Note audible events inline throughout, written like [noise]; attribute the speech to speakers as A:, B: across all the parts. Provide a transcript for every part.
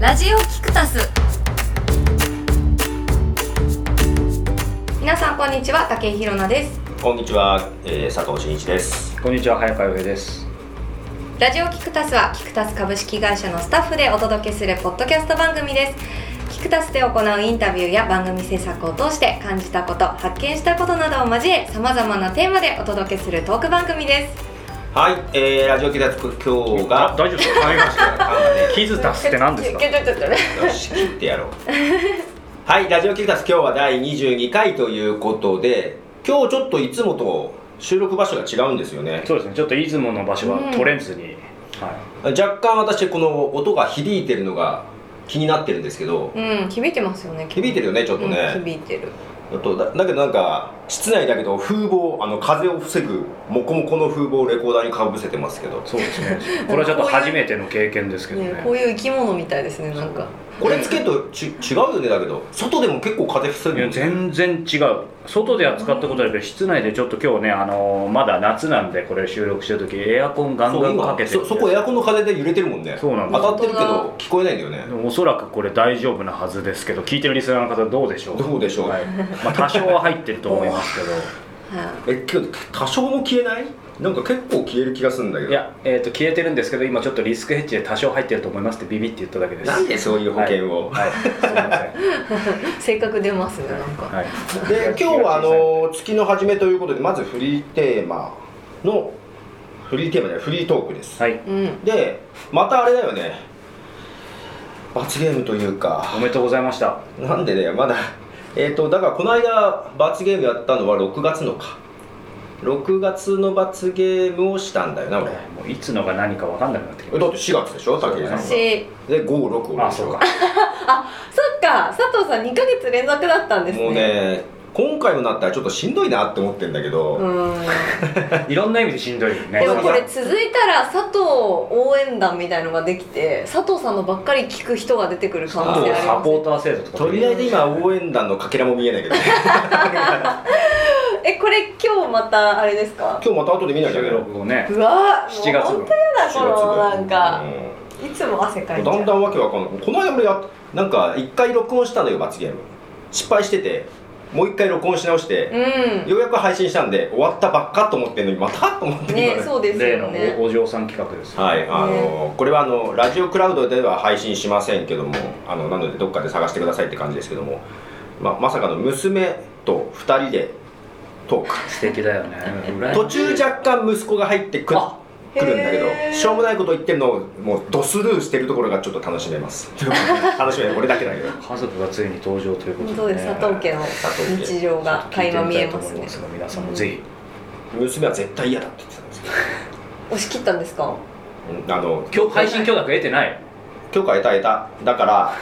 A: ラジオキクタス皆さんこんにちは竹井ひろなです
B: こんにちは、えー、佐藤真一です。
C: こんにちは早川洋平です。
A: ラジオキクタスはキクタス株式会社のスタッフでお届けするポッドキャスト番組ですキクタスで行うインタビューや番組制作を通して感じたこと発見したことなどを交えさまざまなテーマでお届けするトーク番組です
B: はい、えー、ラジオキダつく今日
C: あ
B: が
C: 大丈夫ですか。わかりました。傷出すって何
A: [laughs]
C: ですか。
A: ちょちょちょちょ
B: よし切ってや
C: [laughs]
B: ろう。はい、ラジオキダス今日は第22回ということで、今日ちょっといつもと収録場所が違うんですよね。
C: そうですね。ちょっと出雲の場所は取れずに、はい。
B: 若干私この音が響いてるのが気になってるんですけど、
A: うん響いてますよね
B: 響いてるよねちょっとね。
A: うん響いてる
B: あとだだけどなんか室内だけど風防あの風を防ぐモコモコの風防をレコーダーにかぶせてますけど
C: そうです
A: [laughs]
C: ね。これはちょっと初めての経験ですけどね。
A: ね、こういう生き物みたいですねなんか
B: これつけるとち違うよねだけど外でも結構風防
C: い
B: ぐ
C: や
B: もんね
C: 全然違う外では使ったことあるけど室内でちょっと今日ね、あのーまだ夏なんでこれ収録してる時エアコンガン
B: そう
C: ガン
B: 今
C: かけて
B: そそこエアコンの風で揺れてるもんね
C: そうなんです
B: 当たってるけ
A: 本当
B: ど聞こえないんだよね
C: おそらくこれ大丈夫なはずですけど聞いてるリスナーの方どうでしょう
B: どうでしょう
C: はいまあ、多少は入ってると思いますけど
A: は
B: えけど多少も消えないなんか結構消える気がするんだけど
C: [laughs] いや、えー、と消えてるんですけど今ちょっとリスクヘッジで多少入ってると思いますってビビって言っただけです
B: なんでそういう保険を、
C: はい、はい、すいません
A: い性格出ますねなんか、
C: はい、
B: で今日はあの月の初めということでまずフリーテーマのフリーテーマでフリートークです、
C: はい、
A: うん
B: でまたあれだよね罰ゲームというか
C: おめでとうございました
B: なんでねまだえっ、とだからこの間罰ゲームやったのは6月のか6月の罰ゲームをしたんだよな俺え
C: もういつのが何か分かんなくなってきま
B: だって4月でしょ武井さんはで
A: 私
B: 56
C: したあ
B: 俺
C: そう
A: そっ
C: か
A: か佐藤さん2ヶ月連続だったんですね
B: もうね今回もなったらちょっとしんどいなって思ってんだけど、
A: うん
C: いろんな意味でしんどいね
A: でもこれ続いたら佐藤応援団みたいのができて佐藤さんのばっかり聞く人が出てくる可能性あり
C: サ
A: ます
C: ポーター制度とか
B: とりあえず今応援団のかけらも見えないけ
A: [laughs]
B: ど
A: えこれ今日またあれですか
B: 今日また後で見ないじゃな
C: 収
B: い
C: 録をね
A: うわ
C: 7月
A: もう
C: 分
A: 本当やだこのなんか、
B: うん
A: いつも汗かいちゃう
B: だんだんわけわかんないこの間俺やなんか一回録音したのよ罰ゲーム失敗しててもう一回録音し直して、
A: う
B: ようやく配信したんで終わったばっかと思ってんのにまたと思って
A: ん
B: 今ね
A: ねそうです
C: 例
A: よ
C: の
A: ね
C: おお嬢さん企画です
B: はいあのこれはあのラジオクラウドでは配信しませんけどもあのなのでどっかで探してくださいって感じですけども、ままさかの娘と2人でトーク
C: 素敵だよね
B: 途中若干息子が入ってくる
C: あ
B: くるんだけ
A: へー
B: どしょうもないこと言ってるのをもうドスルーしてるところがちょっと楽しめます楽しめない俺だけだけど
C: 家族がついに登場ということで、ね、
A: そうです佐藤家の日常が垣間見えます
C: ちょっと聞いてみたいと思い
A: ね
C: が皆さんもぜひ、
B: 娘は絶対嫌だって言ってたんですけ
A: 押し切ったんですか
B: どうんあの
C: 今日配信許諾得てない
B: 許可得た得ただから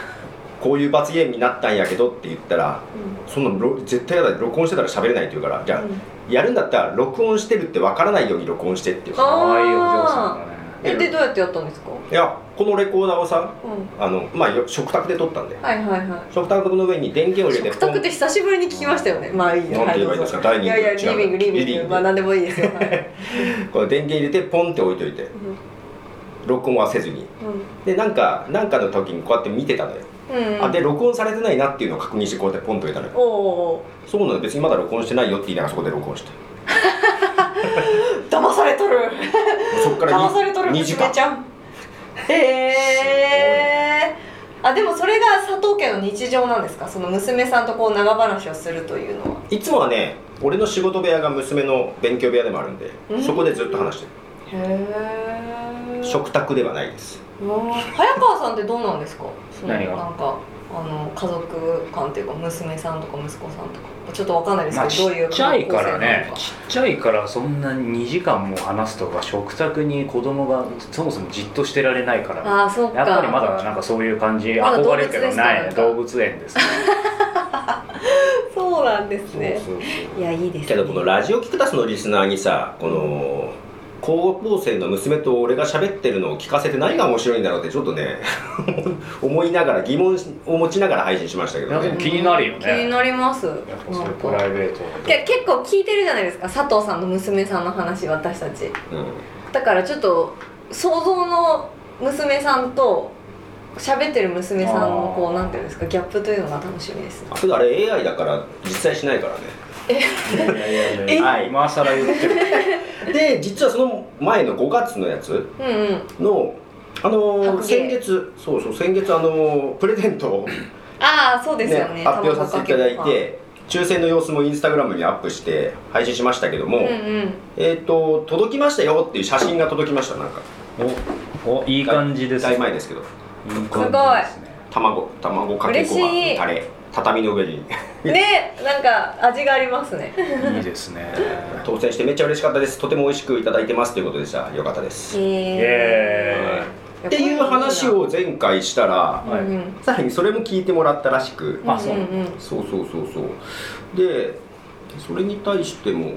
B: こういう罰ゲームになったんやけどって言ったら
A: う
B: そんなのろ絶対嫌だ録音してたら喋れないって言うからじゃあ、
A: うん
B: やるんだったら録音してるってわからないように録音してっていう
A: あー
C: 可愛いお嬢さんがね
A: えでどうやってやったんですか
B: いやこのレコーダーをさ
A: うん
B: あの、まあ、よ食卓で撮ったんで
A: はいはいはい
B: 食卓の上に電源を入れて
A: 食卓って久しぶりに聞きましたよねまあいい
B: なんて言えばいいですかダイニング
A: いやいやリビングリビング
B: リビング
A: まあ何でもいいですよ、 [laughs] はい
B: この電源入れてポンって置いといて録音はせずに
A: う
B: でなんかなんかの時にこうやって見てたのよ、
A: んうん、
B: あで録音されてないなっていうのを確認してこうやってポンと置いたのよ
A: おお
B: そうなの別にまだ録音してないよって言いながらそこで録音して
A: 騙されとる
B: そこから
A: 騙されとる
B: 2, 時間
A: 娘ちゃんへえあでもそれが佐藤家の日常なんですかその娘さんとこう長話をするというのはい
B: つもはね俺の仕事部屋が娘の勉強部屋でもあるんで
A: うん
B: そこでずっと話して
A: へえ
B: る食卓ではないです
A: 早川さんってどうなんですかその
C: 何が
A: なんかあの家族間っていうか娘さんとか息子さんとかちょっとわかんないです
C: まあ、
A: け
C: ち
A: ど、どういう
C: っちゃいからね
A: 家族構成なのか
C: ちっちゃいからそんなに2時間も話すとか食卓に子供がそもそもじっとしてられないから
A: ああそうか
C: やっぱりまだなんかそういう感じ
A: まだ動
C: 憧
A: 物
C: れるけどないね動
A: 動
C: 物園ですね
A: そうなんですね
B: そうそうそう
A: いやいいですね
B: けどこのラジオキクタスのリスナーにさこの高校生の娘と俺が喋ってるのを聞かせて何が面白いんだろうってちょっとね [laughs] 思いながら疑問を持ちながら配信しましたけど
C: いやで
B: ね
C: も気になるよね
A: 気になりますや
C: やっぱそれプライベート
A: 結構聞いてるじゃないですか佐藤さんの娘さんの話私たちだからちょっと想像の娘さんと喋ってる娘さんのこ
C: あ
A: う
C: ー
A: なんていうんですかギャップというのが楽しみですね
B: あけどあれ AI だから実在しないからね
C: いやいやいやいや
B: はい
C: 今更言ってる
B: で実はその前の5月のやつ
A: うんうん
B: のあのー
A: 白芸
B: 先月そうそう先月あのープレゼン
A: [laughs]
B: トを、ね
A: ああそうですよね
B: 発表させていただいて抽選の様子もインスタグラムにアップして配信しましたけども、
A: うんうん
B: えっ、と届きましたよっていう写真が届きましたなんか
C: おおいい感じです
B: 大前ですけど
C: いい感じですね
B: 卵卵かけ
A: 嬉
B: ご
A: し
B: 飯
A: い
B: タレ畳の上に
A: ねなんか味がありますね
C: いいですね
B: 当選してめっちゃ嬉しかったですとても美味しくいただいてますということでしたよかったです、
C: イ
A: え
C: エ
A: ー
B: っていう話を前回したら
C: ーイはい
A: うんうん
B: さらにそれも聞いてもらったらしく、
C: あそうん
A: んん
B: そうそうそうそうでそれに対しても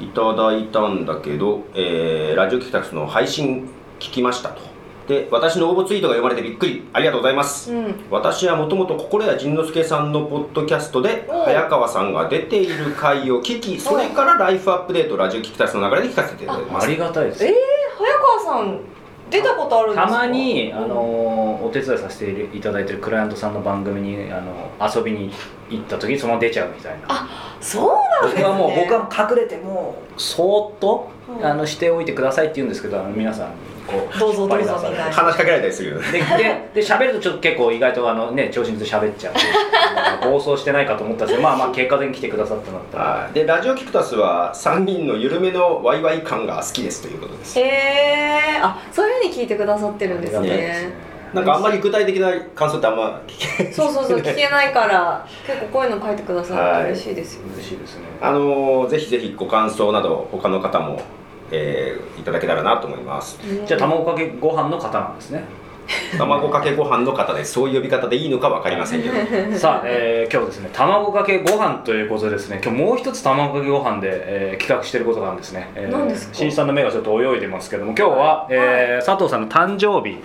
B: いただいたんだけど、えーラジオキクタスの配信聞きましたとで私の応募ツイートが読まれてびっくりありがとうございます、
A: うん
B: 私はもともと心谷仁之助さんのポッドキャストで
A: おう
B: 早川さんが出ている回を聞きそれからライフアップデートラジオキクタスの流れで聞かせていただきま
C: あ
B: す
C: りがたいです
A: え早川さん出たことあるんです
C: た
A: か
C: まにあのーお手伝いさせていただいてるクライアントさんの番組にあの遊びに行った時にそのまま出ちゃうみたいな
A: そうなんです、
C: 僕
A: ね、
C: はもう僕は隠れてもうそーっと
A: うん
C: あのしておいてくださいって言うんですけどあの皆さんにこう
A: どうぞ
C: 引っ張り出
A: どうぞ
C: されて
A: みたいな
B: 話しかけられたりするよね
C: ででで喋るとちょっと結構意外とあのね調子に乗って喋っちゃうんであの暴走してないかと思ったんですけどま
A: [laughs]
C: あまあ結果的に来てくださったんだったら
B: はいでラジオキクタスは3人の緩めのワイワイ感が好きですということです
A: へえー、あそういうふうに聞いてくださってるんです
C: ありがたい
A: ね
B: なんかあんまり具体的な感想ってあんま聞け
A: そうそうそう聞けないから結構こういうの書いてくださって嬉しいですよね、
C: 嬉しいですね
B: あのーぜひぜひご感想など他の方も、えーいただけたらなと思います
A: うん
C: じゃあ卵かけご飯の方なんですね
B: 卵かけご飯の方でそういう呼び方でいいのか分かりませんけ [laughs]
A: [laughs]
B: ど
C: さあ、えー今日ですね卵かけご飯ということでですね今日もう一つ卵かけご飯で、えー企画してることがあるんですね、えー
A: 何ですか
C: 新さんの目がちょっと泳いでますけども今日は、えー佐藤さんの誕生日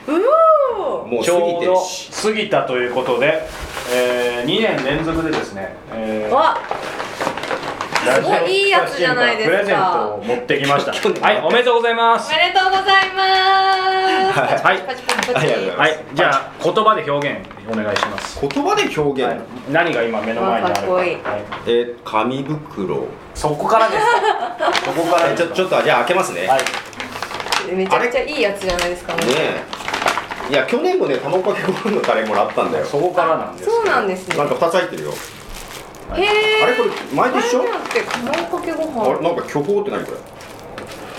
B: もう
C: ち
B: 過ぎ
C: ょう
B: てる
C: ど
B: し
C: 過ぎたということで、え2年連続でですね、えー
A: わ
C: ラジオ
A: すごいいいやつじゃないですか
C: プレゼントを持ってき
A: [laughs]
C: ました
B: 去年
C: はいおめでとうございま
A: お
C: す
A: めでとうございます
C: はい
A: パチパチパチパ
B: あ
A: チ
B: りがとうございます
C: はいじゃあ言葉で表現お願いします、
B: 言葉で表現、
C: はい何が今目の前にある
A: わかっこいい
C: はい
B: えー紙袋
C: そこからです
A: [laughs]
C: かそこから
B: えーち
C: です
B: ょ
C: か
B: ちょっとじゃあ開けますね、
C: はい
B: ね
A: めちゃくちゃいいやつじゃないですかね
B: えいや去年もね卵かけご飯のタレもらったんだよ
C: そこからなんですけど
A: そうなんですね
B: なんか2つ入ってるよ
A: へえ
B: あれこれ前と一緒
A: 前なんて卵かけご
B: あれ
A: 飯
B: なんか巨峰って何こ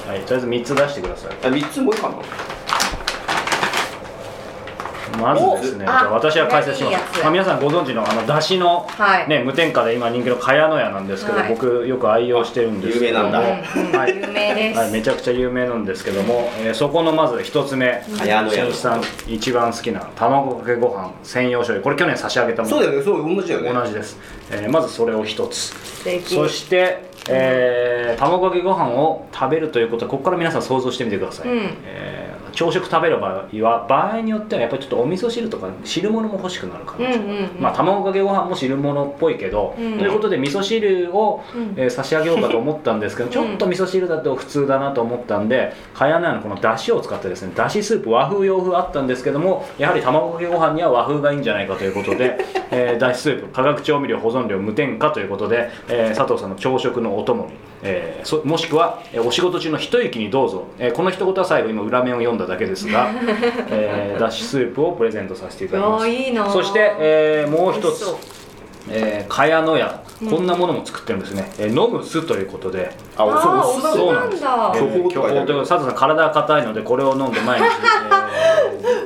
B: れ
C: はい、とりあえず3つ出してください
B: あ3つもいいかな
C: まずですね
A: お
C: じゃあ
A: あ
C: 私は解説しま
A: これいいやつ
C: す、まあ、皆さんご存知のあのだしの、
A: はい
C: ね、無添加で今人気の茅野屋なんですけど、
A: はい
C: 僕よく愛用してるんです
B: 有名なんだ、
A: うん
C: はい
A: 有名です、
C: はい、めちゃくちゃ有名なんですけども、えーそこのまず1つ目
B: 茅野屋の
C: 新さん一番好きな卵かけご飯専用醤油これ去年差し上げたもの
B: そうだよねそう同じだよね
C: 同じです、えーまずそれを1つ
A: 素敵
C: そして、えー卵かけご飯を食べるということはここから皆さん想像してみてください、
A: うん
C: えー朝食食べる場合は場合によってはやっぱりちょっとお味噌汁とか汁物も欲しくなる可能性がある
A: うんうんうん
C: まあ、卵かけご飯も汁物っぽいけど、
A: うん
C: ということで味噌汁を、
A: うん
C: えー差し上げようかと思ったんで
A: [laughs]
C: すけど、ちょっと味噌汁だと普通だなと思ったんで茅野屋のこのだしを使ってですねだしスープ和風洋風あったんですけどもやはり卵かけご飯には和風がいいんじゃないかということ
A: [laughs]
C: で、えーだしスープ化学調味料保存料無添加ということで、えー佐藤さんの朝食のお供に、えーそもしくは、えーお仕事中の一息にどうぞ、えーこの一言は最後今裏面を読んだだけで
A: [laughs]
C: すが、えーだしスープをプレゼントさせていただきます
A: いやーいいなー
C: そして、えーもう
A: 美
C: 一
A: 味し
C: つ
A: そう
C: えー、茅野屋こんなものも作ってるんですね、えー飲む酢ということで
B: あお
A: あ
B: 酢
A: ー
B: お酢な
A: お酢
B: の
A: なんだ
C: えー
B: 巨峰って書いてあ
C: 巨
B: る
C: 峰ということで佐藤さん体が硬いのでこれを飲ん
A: [laughs]
C: で毎日、え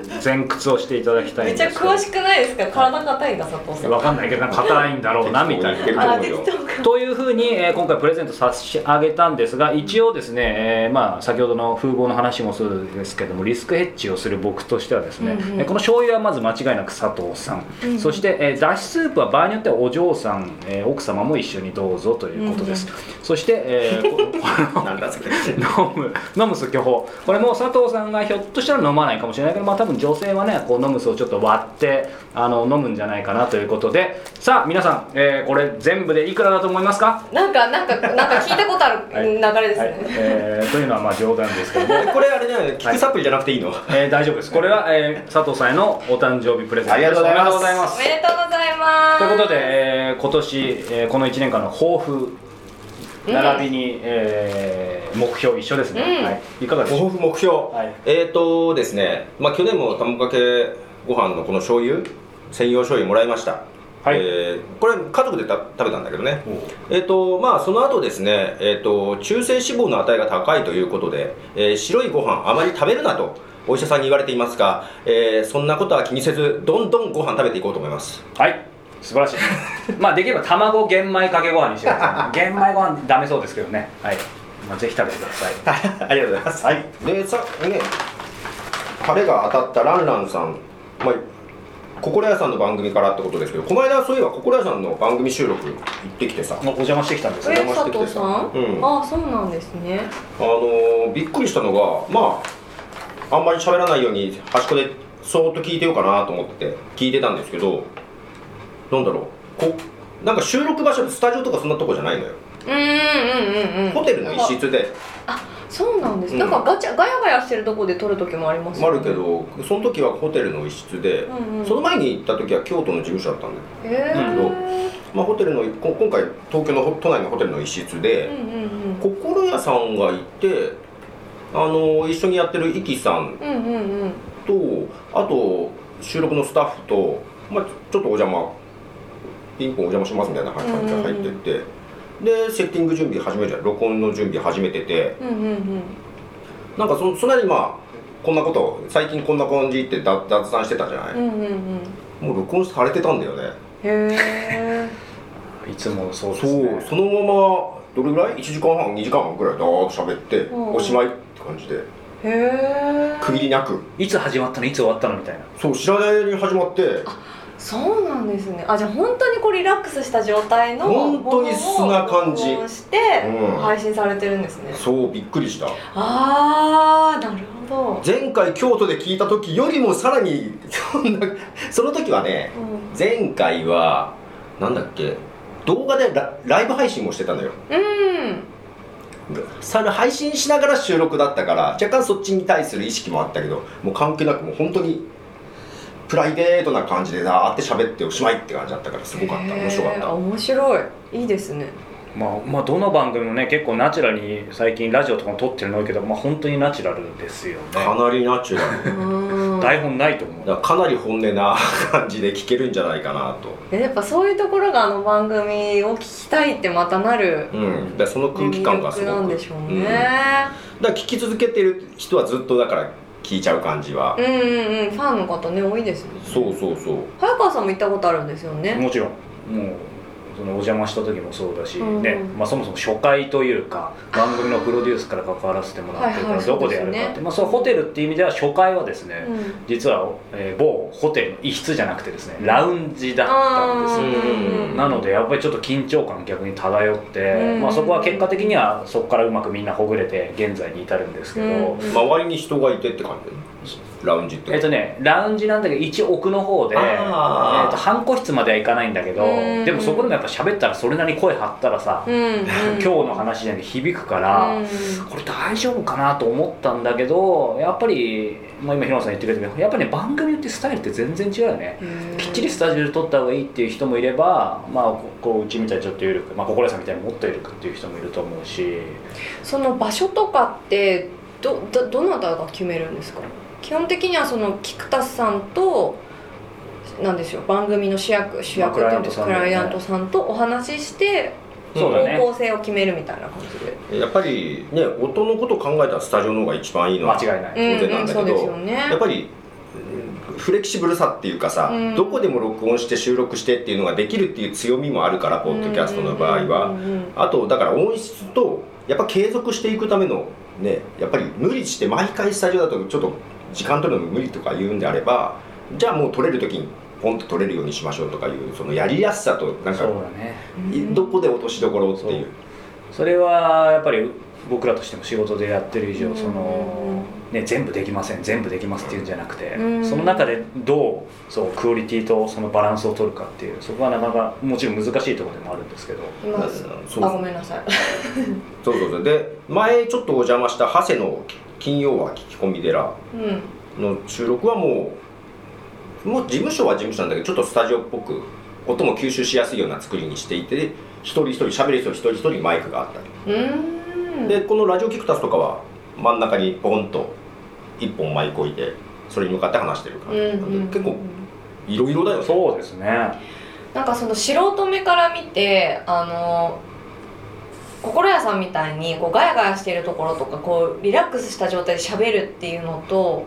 C: ー前屈をしていただきたい
A: め
C: ん
A: っちゃ
C: ですけど
A: 詳しくないですか体硬いんだ佐藤さん
C: わかんないけどなんか硬いんだろうなみたいな
B: 結構
A: あ
B: 思うよ
A: 適当か
C: というふうに、えー今回プレゼント差し上げたんですが一応ですね、えーまあ、先ほどの風貌の話もそうですけどもリスクヘッジをする僕としてはですね、
A: うんうん
C: えーこの醤油はまず間違いなく佐藤さん、
A: うんうん
C: そして、えーだしスープは場合によってはお嬢さん、えー奥様も一緒にどうぞということです、
A: う
C: そして、えー
B: [laughs]
C: こ
B: なんだっけ
C: 飲む飲む酢巨峰これも佐藤さんがひょっとしたら飲まないかもしれないけどまあ多分女女性はねこう飲む酢をちょっと割ってあの飲むんじゃないかなということでさあ皆さん、えーこれ全部でいくらだと思いますか
A: なんかなんかなんか聞いたことある
C: はい
A: 流れですね、
C: はいえーというのはまあ冗談ですけども、
B: [laughs] これあれだよね聞くサプリじゃなくていいの、
C: えー大丈夫ですこれは、えー佐藤さんへのお誕生日プレゼント
B: ありがとうございます
C: おめでとうござい
A: お
C: ます
A: めでとうございます
C: ということで、えー今年、えーこの1年間の抱負
A: うん
C: 並びに、えー目標一緒ですね、
A: うん
C: はい、いかがでしょう
B: 抱負目標、
C: はい
B: えーとですね、まあ、去年も卵かけご飯のこの醤油専用醤油もらいました、
C: はい
B: えーこれ家族でた食べたんだけどね
C: おう
B: えーとまあ、その後ですね、えー、と中性脂肪の値が高いということで、えー白いご飯あまり食べるなとお医者さんに言われていますが、えーそんなことは気にせずどんどんご飯食べていこうと思います
C: はい素晴
B: [laughs]
C: らしいまあできれば卵玄米かけご飯にしてください、ね、玄米ご飯ダメそうですけどねはい、まあ、ぜひ食べてくださ
B: [laughs]
C: い
B: ありがとうございます。はい、でさね、晴れが当たったランランさん、まあ、ココレアさんの番組からってことですけど、この間そういえばココレアさんの番組収録行ってきてさ、あ
C: お邪魔してきたんです
A: え
C: けど
B: 邪魔し
A: 佐藤
B: てきてさ
A: さん、
B: うん
A: ああそうなんですね
B: のーびっくりしたのが、まああんまり喋らないように端っこでそーっと聞いてようかなと思って聞いてたんですけど、なんだろう、こなんか収録場所スタジオとかそんなとこじゃないのよ。
A: うんうんうんうん
B: ホテルの一室で。
A: そうなんです、
B: うん
A: なんかガチャガヤガヤしてるとこで撮る時もあります
B: もあ
A: よね
B: るけどその時はホテルの一室で、
A: うんうん
B: その前に行った時は京都の事務所だったんだよ、
A: へえー
B: うんまあ、ホテルのこ今回東京のほ都内のホテルの一室
A: う
B: で、
A: んうん
B: 心屋さんがいてあの一緒にやってるイキさん
A: うんうんうんうん
B: とあと収録のスタッフと、まあ、ちょちょっとお邪魔ピンポンお邪魔しますみたいな感じで入ってって、でセッティング準備始めちゃう録音の準備始めてて、
A: うんうんうん
B: なんかそその間にまあこんなこと最近こんな感じってだ雑談してたじゃない、
A: うんうんうん
B: もう録音されてたんだよね
A: へえ
C: いつもそうです
B: そう
C: ね
B: そのままどれぐらい1時間半2時間半ぐらいだーっと喋って
A: うん
B: おしまいって感じで
A: へえ
B: 区切りなく
C: いつ始まったのいつ終わったのみたいな
B: そう知らない間に始まって
A: そうなんですねあじゃあ本当にこうリラックスした状態の
B: 本当に素な感じ
A: ものを録音して
B: うん
A: 配信されてるんですね、
B: そうびっくりした
A: ああなるほど、
B: 前回京都で聞いた時よりもさらに [laughs] そんなその時はね
A: うん
B: 前回はなんだっけ動画でラライブ配信もしてたのよ
A: うん
B: さら配信しながら収録だったから若干そっちに対する意識もあったけどもう関係なくもう本当にプライベートな感じでだーって喋っておしまいって感じだったからすごかった面白かっ
A: へ
B: た
A: ー面白いいいです
B: [laughs]
A: ね
C: まあ、まあどの番組もね結構ナチュラルに最近ラジオとかも撮ってるの多いけど、まあ、本当にナチュラルですよね
B: かなりナチュラル
A: うん
C: 台本ないと思う
B: だからかなり本音な感じで聞けるんじゃないかなと、
A: えやっぱそういうところがあの番組を聞きたいってまたなる
B: うん、だからその空気感がすごく
A: なんでしょう
B: うんだか
A: ね、
B: ら聞き続けてる人はずっとだから聞いちゃう感じは
A: う、ん、うんうんファンの方ね多いですよね
B: そうそうそう
A: 早川さんも行ったことあるんですよね
C: もちろんもうそのお邪魔した時もそうだし、
A: うん
C: ねまあ、そもそも初回というか番組のプロデュースから関わらせてもらってるか
A: はい
C: ら
A: はい
C: どこでやるかって、
A: そうですね
C: まあ、そのホテルっていう意味では初回はですね、
A: うん
C: 実は、えー某ホテルの一室じゃなくてですねラウンジだったんです
A: あ
C: よ
A: ーうんうん
C: なのでやっぱりちょっと緊張感逆に漂って
A: う、ん
C: まあ、そこは結果的にはそこからうまくみんなほぐれて現在に至るんですけど、
A: うん
B: 周りに人がいてって感じラウンジって
C: えっとねラウンジなんだけど一応奥の方で、え
B: あー
C: っと半個室までは行かないんだけど
A: うん
C: でもそこでもやっぱ喋ったらそれなりに声張ったらさ、
A: うんうん、
C: 今日の話じゃなくて響くから、
A: うん
C: これ大丈夫かなと思ったんだけどやっぱり、まあ、今平野さん言ってくれたけどやっぱりね番組ってスタイルって全然違うよね。きっちりスタジオで撮った方がいいっていう人もいれば、まあ、ここううちみたいにちょっと緩く、まあ、心屋さんみたいにもっと緩くっていう人もいると思うし
A: その場所とかってどどどなたが決めるんですか基本的にはその菊田さんとなんでしょう番組の主役主役っていうんですかク
C: まあク
A: ラ
C: ラ
A: イ
C: イ
A: ア
C: ア
A: ン
C: ン
A: ト
C: ト
A: さんとお話しして
C: そうだね
A: 方向性を決めるみたいな感じで、
B: やっぱりね音のこと考えたらスタジオの方が一番いいの
C: 間
B: は
C: 違いない、
B: 当然
A: うんうん
B: な
A: ん
B: だけ
A: そ
B: ど
A: うですよね
B: やっぱりうんフレキシブルさっていうかさ、
A: うん
B: どこでも録音して収録してっていうのができるっていう強みもあるからポッドキャストの場合は、
A: うんうんうん
B: あとだから音質とやっぱ継続していくためのねやっぱり無理して毎回スタジオだとちょっと時間取るの無理とか言うんであればじゃあもう取れる時にポンと取れるようにしましょうとかいうそのやりやすさとなん
C: そ
B: か
C: うだね
A: うん
B: どこで落としどころっていう
C: それはやっぱり僕らとしても仕事でやってる以上、
A: うん
C: そのね、全部できません全部できますっていうんじゃなくて、
A: うん
C: その中でどうそうクオリティとそのバランスを取るかっていうそこはなかなかもちろん難しいところでもあるんですけど
A: 今
B: な
A: あ
B: んだろうそう
A: ごめんなさい
B: そうそうそうで前ちょっとお邪魔した長谷の金曜は聞き込み寺
A: うん
B: の収録はもうもう事務所は事務所なんだけどちょっとスタジオっぽく音も吸収しやすいような作りにしていて一人一人喋る人一人一人にマイクがあったり、
A: うーん
B: でこのラジオキクタスとかは真ん中にポンと一本マイク置いてそれに向かって話してる
A: う
B: 感
A: ん
B: じ、
A: うんうん
B: 結構いろいろだよね
C: そうですね
A: なんかその素人目から見てあの心屋さんみたいにこうガヤガヤしてるところとかこうリラックスした状態で喋るっていうのと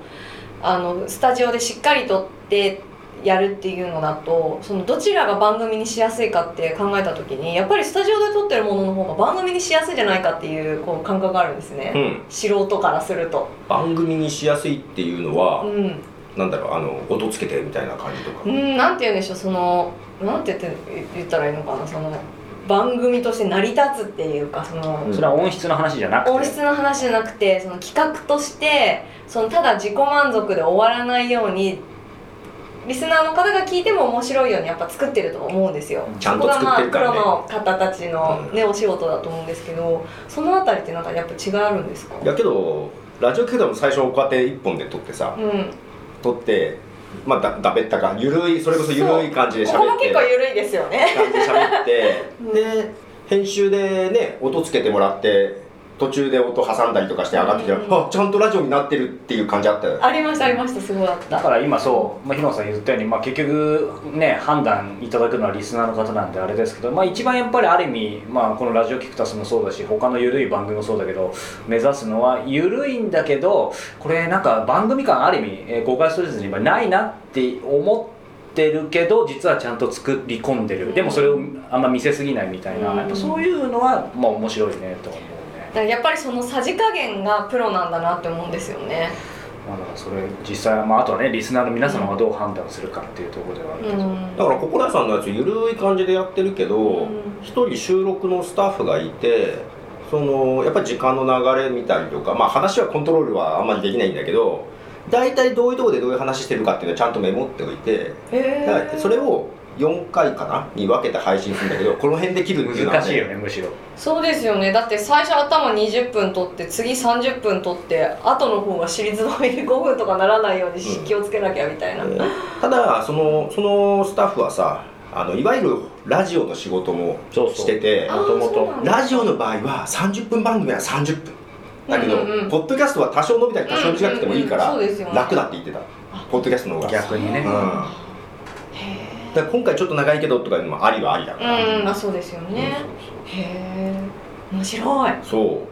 A: あのスタジオでしっかりとってやるっていうのだとそのどちらが番組にしやすいかって考えた時にやっぱりスタジオで撮ってるものの方が番組にしやすいんじゃないかっていうこう感覚があるんですね、
B: うん、
A: 素人からすると
B: 番組にしやすいっていうのは、
A: うん
B: なんだろうあの音つけてみたいな感じとか、
A: うん、なんて言うんでしょうそのなんて言って言ったらいいのかなその番組として成り立つっていうかその、
B: うん
C: それは音質の話じゃなくて
A: 音質の話じゃなくてその企画としてそのただ自己満足で終わらないようにリスナーの方が聞いても面白いようにやっぱ作ってると思うんですよ
B: ちゃんと作ってるからね
A: そこがまあプロの方たちの、ねお仕事だと思うんですけどそのあたりってなんかやっぱ違いあるんですか
B: いやけどラジオ局でも最初こうやって一本で撮ってさ、
A: うん、
B: 撮ってまあだだべったかゆるいそれこそゆるい感じで
A: こ
B: 喋
A: こも
B: って
A: 結構緩いですよね [laughs]
B: 感じで喋って、
A: うん
B: で編集でね音つけてもらって途中で音挟んだりとかして上がってきたら、
A: うん
B: あちゃんとラジオになってるっていう感じあったよ
A: ありましたありましたすごいあっ
C: だ
A: た
C: から今そう、まあ、日野さん言ったように、まあ、結局ね判断いただくのはリスナーの方なんであれですけど、まあ、一番やっぱりある意味、まあ、この「ラジオキクタス」もそうだし他の緩い番組もそうだけど目指すのは緩いんだけどこれなんか番組感ある意味、えー、誤解するずにまあないなって思ってるけど実はちゃんと作り込んでるでもそれをあんま見せすぎないみたいな、
A: うん
C: やっぱそういうのはまあ面白いねと思うね
A: だからやっぱりそのさじ加減がプロなんだなって思うんですよね
C: まあだからそれ実際、まあ、あとはねリスナーの皆様がどう判断するかっていうところではあるけ
B: だ
C: ど、
B: から心屋さんのやつゆるい感じでやってるけど
A: うん
B: 一、人収録のスタッフがいてそのやっぱり時間の流れ見たりとかまあ話はコントロールはあんまりできないんだけど大体どういうとこでどういう話してるかっていうのをちゃんとメモっておいて
A: へ
B: だからそれを4回かなに分けて配信するんだけどこの辺で切るっていうのは
C: 難しいよねむしろ
A: そうですよねだって最初頭20分取って次30分取って後の方が尻ズばみで5分とかならないようにし
B: うん
A: 気をつけなきゃみたいな、
B: えーただそのそのスタッフはさあのいわゆるラジオの仕事も
C: そうそう
B: してて
A: あ
C: もともと
A: そうなんだ
B: ラジオの場合は30分番組は30分だけど、
A: うんうんうん
B: ポッドキャストは多少伸びたり多少短くてもいいから、
A: うんうんうんそうですよね
B: 楽だって言ってたポッドキャストの方が
C: 逆にね
B: うん、
A: そう
B: だ
A: なん
B: か
A: だへ
B: ら今回ちょっと長いけどとかいうのもありはありだから、
A: えうんまあそうですよね、へえ面白い
B: そう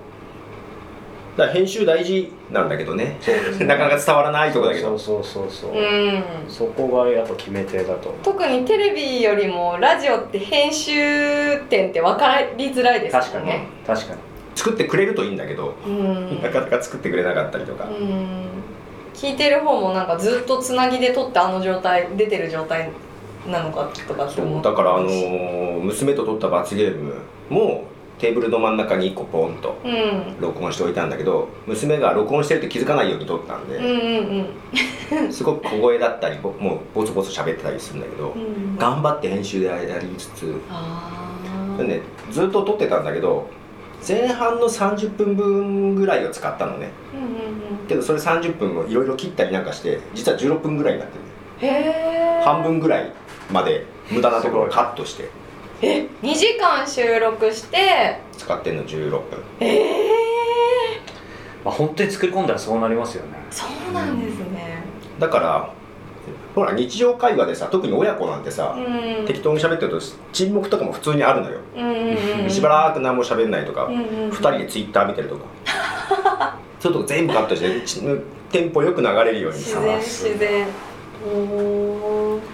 B: だから編集大事なんだけどね
C: そうです
B: なかなか伝わらないとこだけど
C: そうそうそうそう、
A: うん
C: そこがやっぱ決め手だと思う
A: 特にテレビよりもラジオって編集点って分かりづらいです
C: 確
A: よ
C: かに、
A: ね
C: 確かに
B: 作ってくれるといいんだけど
A: 確かに、うん
B: なかなか作ってくれなかったりと
A: う
B: か、
A: ん聞いてる方もなんかずっとつなぎで撮ってあの状態出てる状態なのかとかって
B: そ
A: 思
B: う
A: う
B: だからあのー娘と撮った罰ゲームもテーブルの真ん中に1個ポンと
A: うん
B: 録音しておいたんだけど娘が録音してるって気づかないように撮ったん
A: う
B: で、
A: んうん
B: すごく小声だったりぼもうボツボツ喋ってたりするんだけど
A: うんうん
B: 頑張って編集でやりつつ
A: あ
B: で
A: ー
B: ねずっと撮ってたんだけど前半の30分分ぐらいを使ったのね
A: うんうんうん
B: けどそれ30分をいろいろ切ったりなんかして実は16分ぐらいになってる
A: へえ
B: 半分ぐらいまで無駄なところをカットして
A: え2時間収録して
B: 使ってんの16分
A: ええ
C: まあ本当に作り込んだらそうなりますよね
A: そうなんですね
B: だからほら日常会話でさ特に親子なんて
A: う
B: さ、
A: ん
B: 適当に喋ってると沈黙とかも普通にあるのよ、
A: うんうんうん
B: しばらく何も喋んないとか、
A: うんうんうん
B: 2人でツイッター見てるとかそういうとこ全部カットしてちテンポよく流れるように
A: 自
B: さ
A: 然自然おー
B: だか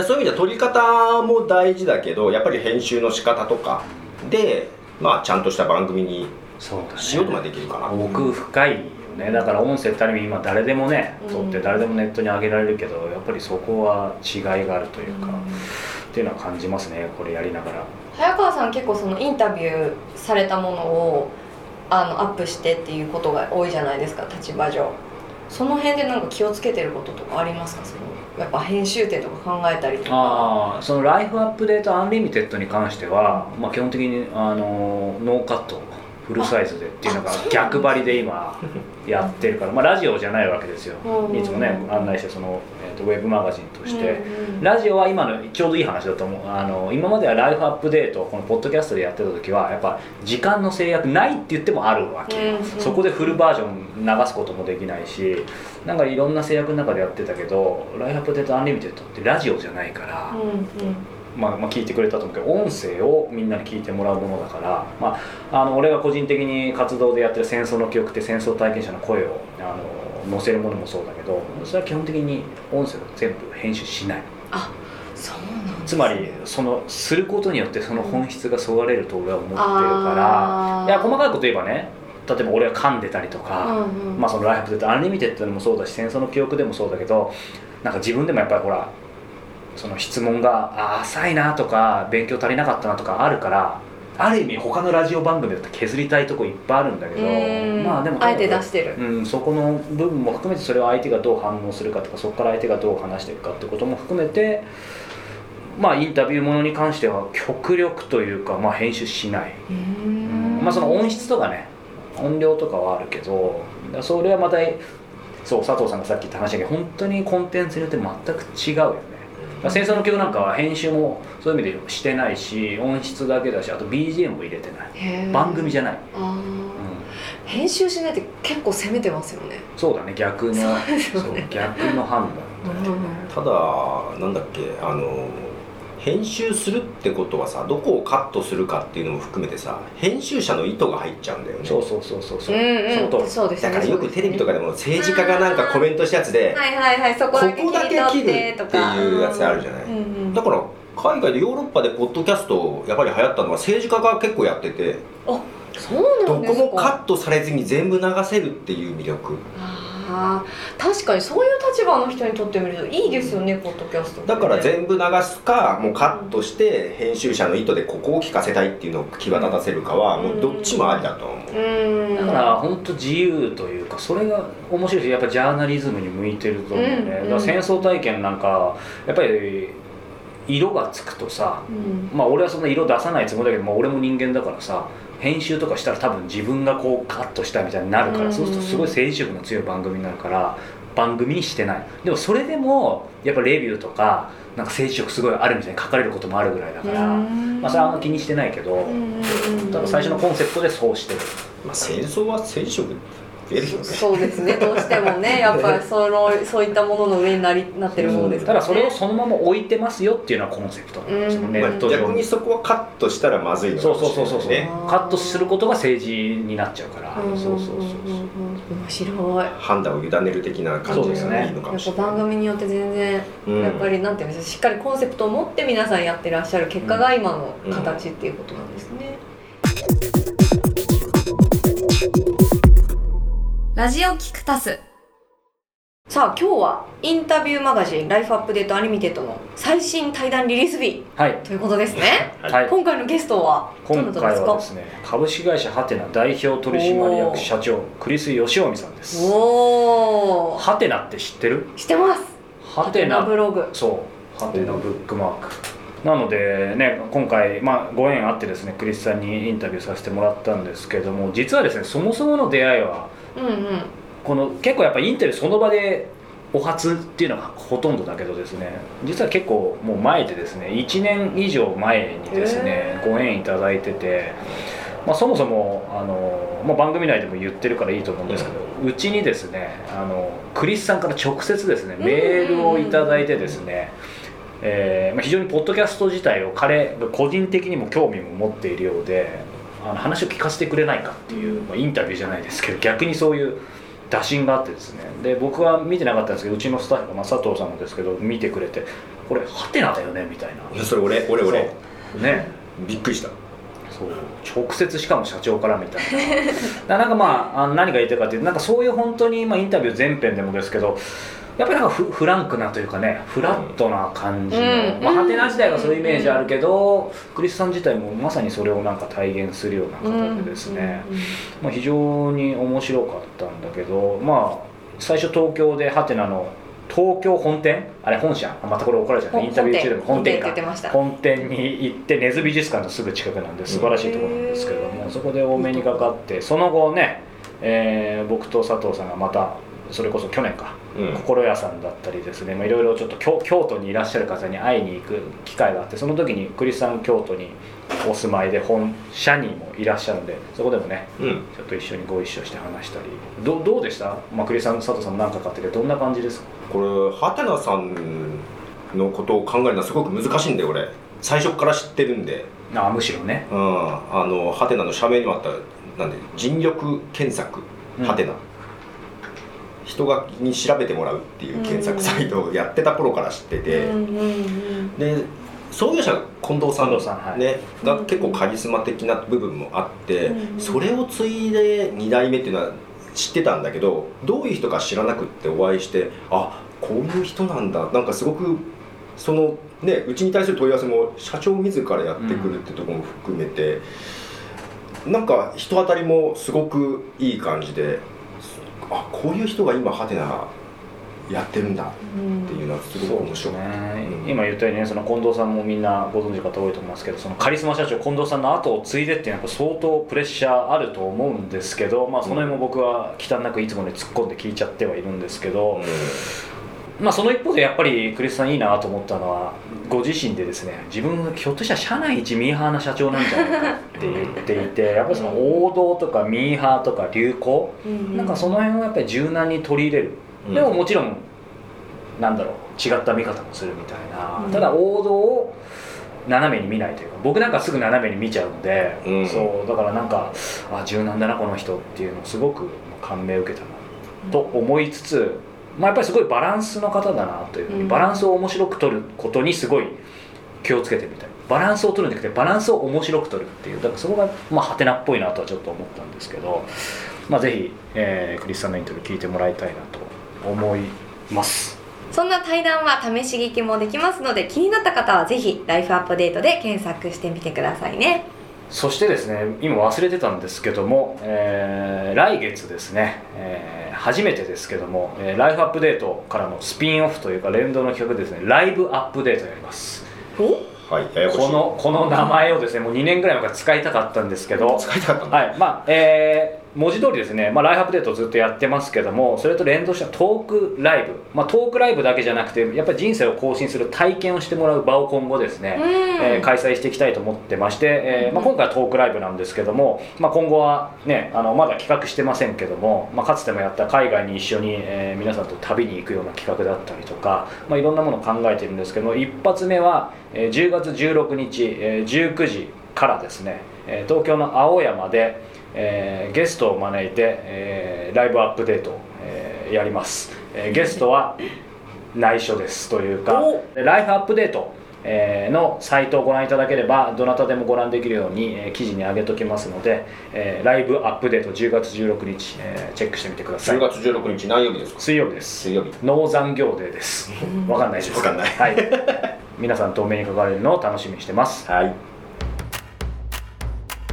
B: らそういう意味では撮り方も大事だけどやっぱり編集の仕方とかで、まあ、ちゃんとした番組に
C: そうだね
B: しようともできるかな、
C: 奥深いよねだから音声ってある意味今誰でもね撮っ
A: う
C: て
A: ん
C: 誰でもネットに上げられるけどやっぱりそこは違いがあるというか、っていうのは感じますねこれやりながら
A: 早川さん結構そのインタビューされたものをあのアップしてっていうことが多いじゃないですか立場上その辺でなんか気をつけてることとかありますかそのやっぱ編集点とか考えたりとか
C: ああそのライフアップデートアンリミテッドに関しては、まあ、基本的にあのノーカットフルサイズでっていうのが
A: あそうなんですね
C: 逆張りで今やってるから、まあ、ラジオじゃないわけですよ
A: うん
C: いつもね案内してその、えーとウェブマガジンとして、
A: うんうん
C: ラジオは今のちょうどいい話だと思うあの今まではライフアップデートをこのポッドキャストでやってた時はやっぱ時間の制約ないって言ってもあるわ
A: う
C: け、
A: んうん
C: そこでフルバージョン流すこともできないしなんかいろんな制約の中でやってたけどライフアップデートアンリミテッドってラジオじゃないから、
A: うんうん
C: まあ、まあ聞いてくれたと思うけど音声をみんなに聞いてもらうものだから、まあ、あの俺が個人的に活動でやってる戦争の記憶って戦争体験者の声をあの載せるものもそうだけどそれは基本的に音声を全部編集しない。
A: そうなんですね
C: つまりそのすることによってその本質がそがれると俺は思ってるか
A: あ
C: ら
A: ー
C: いや細かいこと言えばね例えば俺が噛んでたりとか、
A: うんうん
C: まあそのライフでアンリミテッドでもそうだし戦争の記憶でもそうだけどなんか自分でもやっぱりほらその質問があー浅いなとか勉強足りなかったなとかあるからある意味他のラジオ番組だと削りたいとこいっぱいあるんだけど
A: うん
C: まあでも
A: あえて出してる
C: うん、そこの部分も含めてそれを相手がどう反応するかとかそこから相手がどう話していくかってことも含めてまあインタビューものに関しては極力というか、まあ、編集しない、
A: うん
C: まあ、その音質とかね音量とかはあるけどだからそれはまたそう佐藤さんがさっき言った話だけど本当にコンテンツによって全く違うよねだから戦争の曲なんかは編集もそういう意味でしてないし音質だけだしあと BGM も入れてない
A: へー
C: 番組じゃない、
A: あー
C: うん
A: 編集しないって結構攻めてますよね、
C: そうだね逆の
A: そうですよ
C: そう
A: ね
C: 逆の判断だね
B: ただなんだっけあの編集するってことはさどこをカットするかっていうのも含めてさ編集者の意図が入っちゃうんだよね
C: そうそうそうそうそう、
A: うん
C: その
A: う
C: 通
A: ん
C: り
A: そうです
B: だ
A: ね
B: からよくテレビとかでも政治家がなんかコメントしたやつで、
A: はいはいはいそこだけ
B: ここだけ
A: 切り取って
B: 切る
A: と
B: って
A: か
B: いうやつあるじゃない
A: うんうん
B: だから海外でヨーロッパでポッドキャストやっぱり流行ったのは政治家が結構やってて
A: そうな
B: ど
A: んで
B: こ
A: すか
B: もカットされずに全部流せるっていう魅力
A: あー確かにそういう立場の人にとってみるといいですよね、ポッドキャストって
B: だから全部流すかもうカットして編集者の意図でここを聞かせたいっていうのを際立たせるかはもうどっちもありだと思う
A: うん
C: だから本当自由というかそれが面白いしやっぱジャーナリズムに向いてると思うね、
A: うんうん
C: だから戦争体験なんかやっぱり色がつくとさ
A: うん
C: まあ俺はそんな色出さないつもりだけど、まあ、俺も人間だからさ編集とかしたら多分自分がこうカットしたみたいになるから、
A: うん
C: そうするとすごい政治色の強い番組になるから番組にしてないでもそれでもやっぱレビューとかなんか政治色すごいあるみたいに書かれることもあるぐらいだから、
A: うん
C: まあそれはあんま気にしてないけど、
A: うんうんうん
C: ただ最初のコンセプトでそうしてる
B: まあ、戦争は戦色増えるよね
A: そうですねどうしてもねやっぱりそのそういったものの上になりなってるものです
C: た
A: か
C: だ
A: ら、ね、
C: それをそのまま置いてますよっていうのはコンセプト、
A: うん
C: そのネ
B: ま
C: ット
B: あ、
C: 上
B: 逆にそこはカットしたらまずいのか
C: そ
B: も
C: うそうそうそう
B: し
C: そう、
B: れないね
C: カットすることが政治になっちゃうから、そうそうそうそう、
A: んんんうん面白い
B: 判断を委ねる的な感
C: そうで
B: じ
C: す
B: が
C: ね
B: いいのか
A: や
B: も
A: っ
B: し
A: ぱ
B: れない
A: 番組によって全然
B: うん
A: やっぱりなんていうんですかしっかりコンセプトを持って皆さんやってらっしゃる結果が今の形っていうことなんですね、ラジオキクタスさあ今日はインタビューマガジン「ライフアップデートアニミテッド」の最新対談リリース日
C: はい、
A: ということですね
B: はい
C: はい、
A: 今回のゲストはどな
C: 今
A: たで
C: 回
A: す
C: は
A: か
C: ですね株式会社ハテナ代表取締役社長クリス義臣さんです
A: おお
C: ハテナって知ってる
A: してます
C: ハテナ
A: ブログ
C: そうハテナブックマークなのでね今回、まあ、ご縁あってですねクリスさんにインタビューさせてもらったんですけども実はですねそもそもの出会いは
A: うんうん
C: この結構やっぱインタビューその場でお初っていうのがほとんどだけどですね実は結構もう前でですね1年以上前にですね
A: へー
C: ご縁いただいてて、まあ、そもそもあの、まあ、番組内でも言ってるからいいと思うんですけど、うちにですねあのクリスさんから直接ですね
A: うん
C: メールをいただいてですね、えーまあ、非常にポッドキャスト自体を彼個人的にも興味も持っているようであの話を聞かせてくれないかっていう、まあ、インタビューじゃないですけど逆にそういう打診があってですねで僕は見てなかったんですけどうちのスタッフが、まあ、佐藤さんもですけど見てくれてこれハテナだよねみたいない
B: やそれ俺俺俺
C: そうね
B: びっくりした
C: そう直接しかも社長からみたいなだからなんかまああの何が言いたいかっていうとなんかそういう本当に、まあ、インタビュー全編でもですけどやっぱりなんかフフランクなというかねフラットな感じの、
A: うん
C: まあ、
A: うん
C: ハテナ自体がそういうイメージあるけど、クリスさん自体もまさにそれをなんか体現するような形でですね、まあ、非常に面白かったんだけどまあ最初東京でハテナの東京本店あれ本社あまたこれ怒られちゃう
A: ほ
C: インタビュー中でも本店
A: 本店って言
C: か
A: ってました
C: 本店に行って根津美術館のすぐ近くなんで素晴らしいところなんですけれど
A: へ
C: も
A: ー
C: そこで多めにかかってその後ね、えー僕と佐藤さんがまたそれこそ去年か
B: うん
C: 心屋さんだったりですねまあいろいろちょっと京京都にいらっしゃる方に会いに行く機会があってその時にクリスさん京都にお住まいで本社にもいらっしゃるんでそこでもね
B: うん
C: ちょっと一緒にご一緒して話したりどどうでした、まあ、栗さん佐藤さんも何か買っててどんな感じですか
B: これハテナさんのことを考えるのはすごく難しいんだよ俺最初から知ってるんで
C: あむしろね
B: うんあのハテナの社名にもあったなんで人力検索
C: うん
B: ハテナ人がに調べてもらうっていう検索サイトをやってた頃から知ってて、
A: うんうんうん
B: で創業者が近藤さん
C: 近藤さんはい
B: ね、が結構カリスマ的な部分もあって、
A: うん
B: それを継いで2代目っていうのは知ってたんだけどどういう人か知らなくってお会いしてあこういう人なんだなんかすごくそのねうちに対する問い合わせも社長自らやってくるってところも含めて、なんか人当たりもすごくいい感じであこういう人が今ハテナやってるんだっていうのはすごく面白かった。
C: ね
B: うん
C: 今言ったようにねその近藤さんもみんなご存知の方多いと思いますけどそのカリスマ社長近藤さんの後を継いでっていうのはやっぱ相当プレッシャーあると思うんですけど、まあ、その辺も僕は忌憚なくいつもね突っ込んで聞いちゃってはいるんですけど、まあ、その一方でやっぱりクリスさんいいなと思ったのはご自身でですね自分がひょっとしたら社内一ミーハーな社長なんじゃないかって言っていてやっぱりその王道とかミーハーとか流行
A: うん
C: なんかその辺をやっぱり柔軟に取り入れるでももちろんなんだろう違った見方もするみたいな、
A: うん
C: ただ王道を斜めに見ないというか僕なんかすぐ斜めに見ちゃうので、
B: うん
C: そうだからなんかあ柔軟だなこの人っていうのをすごく感銘を受けたなと思いつつ、まあ、やっぱりすごいバランスの方だなというふうに、
A: うん
C: バランスを面白く取ることにすごい気をつけてみたいバランスを取るんじゃなくてバランスを面白く取るっていうだからそこがまあハテナっぽいなとはちょっと思ったんですけど、まあ、ぜひ、えークリスさんのインタビュー聞いてもらいたいなと思います
A: そんな対談は試し聞きもできますので気になった方はぜひライフアップデートで検索してみてくださいね
C: そしてですね今忘れてたんですけども、えー来月ですね、えー初めてですけども、えーライフアップデートからのスピンオフというか連動の企画ですねライブアップデートやります
B: はい、ややこしい
C: このこの名前をですねもう2年ぐらい前から使いたかったんですけど、
B: 使いたかったんだ
C: はいまあえー文字通りですね、まあ、ライフアップデートをずっとやってますけどもそれと連動したトークライブ、まあ、トークライブだけじゃなくてやっぱり人生を更新する体験をしてもらう場を今後ですね、
A: うん
C: えー開催していきたいと思ってまして、えーまあ、今回はトークライブなんですけども、まあ、今後は、ね、あのまだ企画してませんけども、まあ、かつてもやった海外に一緒に、えー皆さんと旅に行くような企画だったりとか、まあ、いろんなものを考えてるんですけども一発目は、えー10月16日、えー19時からですね、えー東京の青山で、えーゲストを招いて、えーライブアップデートを、えーやります、えーゲストは内緒ですというか
A: お
C: ライフアップデートえーのサイトをご覧いただければどなたでもご覧できるようにえー記事に上げときますのでえーライブアップデート10月16日えーチェックしてみてください
B: 10月16日何曜日ですか
C: 水曜日です
B: 水曜日
C: 農残業デーですわかんないです
B: わかんない
C: はい、皆さんとお目にかかれるのを楽しみにしてます
B: はい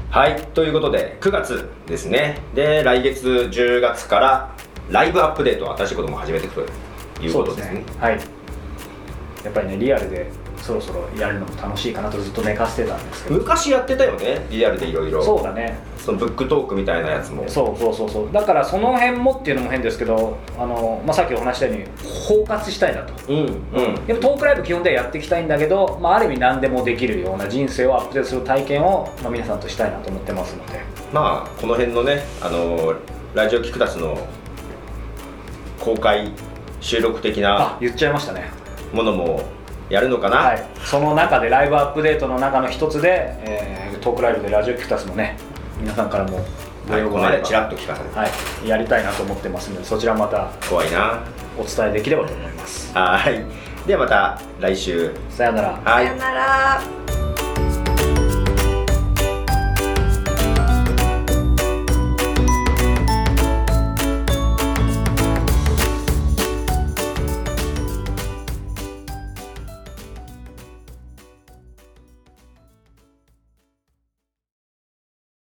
B: はいということで9月ですねで来月10月からライブアップデート新しいことも始めていくということですね
C: はいやっぱりねリアルでそろそろやるのも楽しいかなとずっと寝かせてたんですけど
B: 昔やってたよねリアルでいろいろ
C: そうだね
B: そのブックトークみたいなやつも
C: そうそうそうそうだからその辺もっていうのも変ですけどあの、まあ、さっきお話ししたように包括したいなと
B: うんうん
C: やっぱトークライブ基本ではやっていきたいんだけど、まあ、ある意味何でもできるような人生をアップデートする体験を、まあ、皆さんとしたいなと思ってますので
B: まあこの辺のねあのーラジオ聞くたちの公開収録的
C: あ
B: な
C: 言っちゃいましたね
B: ものもやるのかな、
C: はいその中でライブアップデートの中の一つで、えートークライブでラジオキクタスもね皆さんからもご
B: はい、
C: 要
B: ここ
C: 望が
B: ま
C: あれ
B: で
C: ば、
B: ちらっと聞かされて
C: はい、やりたいなと思ってますのでそちらまた
B: 怖いな
C: お伝えできればと思います
B: はい。ではまた来週。
C: さようなら
B: は
A: さ
B: い
A: よ。なら